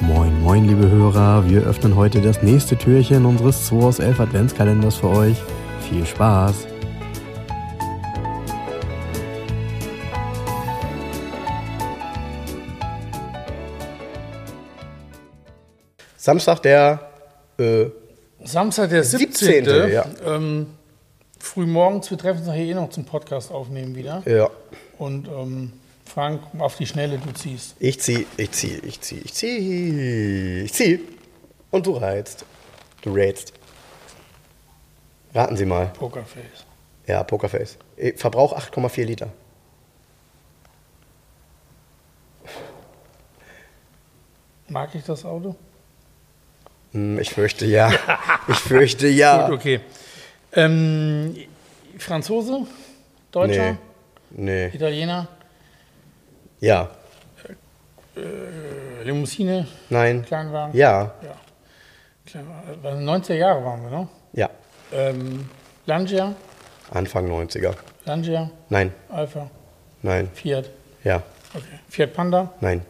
Moin, moin, liebe Hörer. Wir öffnen heute das nächste Türchen unseres 2 aus 11 Adventskalenders für euch. Viel Spaß! Samstag der äh, Samstag, der 17. 17., ja. Ähm, frühmorgens, wir treffen uns nachher eh noch zum Podcast aufnehmen wieder. ja. Und ähm, Frank, auf die Schnelle, du ziehst. Ich zieh, ich zieh, ich zieh, ich zieh, ich zieh. Und du reizt. Du rätst. Raten Sie mal. Pokerface. Ja, Pokerface. Äh, Verbrauch 8,4 Liter. Mag ich das Auto? Hm, Ich fürchte ja. Ich fürchte ja. Gut, okay. Ähm, Franzose? Deutscher? Nee. Nee. Italiener? Ja. äh, Limousine? Nein. Kleinwagen? Ja. ja. Kleinwagen. Äh, 90er Jahre waren wir, ne? Ja. Ähm, Lancia? Anfang 90er. Lancia? Nein. Alpha? Nein. Fiat? Ja. Okay. Fiat Panda? Nein.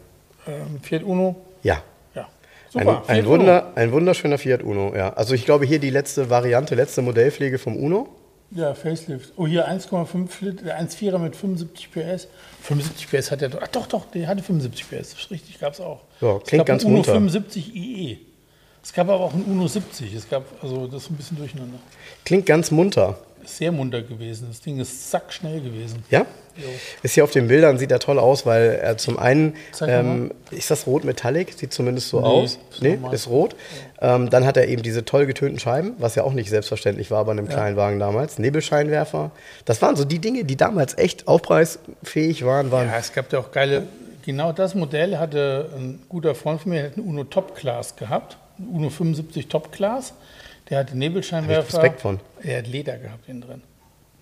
Ähm, Fiat Uno? Ja. Ja. Ein, ein, Fiat Wunder, ein wunderschöner Fiat Uno, ja. Also ich glaube hier die letzte Variante, letzte Modellpflege vom Uno. Uno. Ja, Facelift. Oh, hier 1,5 Liter, der 1,4er mit 75 PS. 75 PS hat der doch. Ach doch, doch, der hatte 75 PS. Das ist richtig, gab's auch. Ja, es klingt gab ganz einen Uno munter. 75 IE. Es gab aber auch einen Uno 70. Es gab, also das ist ein bisschen durcheinander. Klingt ganz munter, Ist sehr munter gewesen. Das Ding ist sackschnell gewesen. ja? Jo. Ist hier auf den Bildern, sieht er toll aus, weil er zum einen, Zeig mal. ähm, ist das rot metallic, sieht zumindest so Nee, aus. ist Nee, normal. ist rot. Ähm, dann hat er eben diese toll getönten Scheiben, was ja auch nicht selbstverständlich war bei einem kleinen Wagen damals. Nebelscheinwerfer. Das waren so die Dinge, die damals echt aufpreisfähig waren. waren Ja, es gab ja auch geile. Genau das Modell hatte ein guter Freund von mir, der hat einen Uno Top Class gehabt. Ein Uno 75 Top Class. Der hatte Nebelscheinwerfer. Hab ich Respekt von. Er hat Leder gehabt innen drin.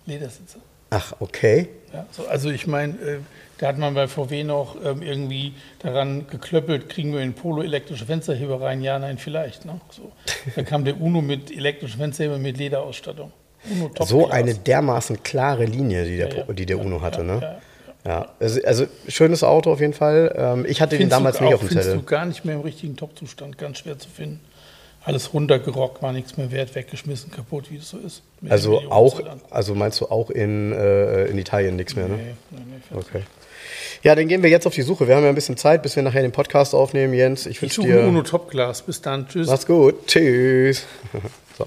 Ledersitze. Ach, okay. Ja, so, also ich meine, äh, da hat man bei VW noch ähm, irgendwie daran geklöppelt, kriegen wir in Polo elektrische Fensterheber rein? Ja, nein, vielleicht. Ne? So. Da kam der Uno mit elektrischen Fensterheber mit Lederausstattung. Uno Top So Class. eine dermaßen klare Linie, die der, Ja, ja. Po- Die der Ja, Uno hatte, ja, ne? ja, Ja, also, also schönes Auto auf jeden Fall. Ähm, Ich hatte den Findest damals du nicht auch- auf dem findest Zettel. du gar nicht mehr im richtigen Top-Zustand, ganz schwer zu finden. Alles runtergerockt, war nichts mehr wert, weggeschmissen, kaputt, wie es so ist. Mit den Also Millionen auch, Zellern. also meinst du auch in, äh, in Italien nichts mehr, ne? Nee, nee, nee, fährt's Okay. Ja, dann gehen wir jetzt auf die Suche. Wir haben ja ein bisschen Zeit, bis wir nachher den Podcast aufnehmen, Jens. Ich Ich wünsche suche ein Uno dir. Top Class. Bis dann. Tschüss. Mach's gut. Tschüss. so.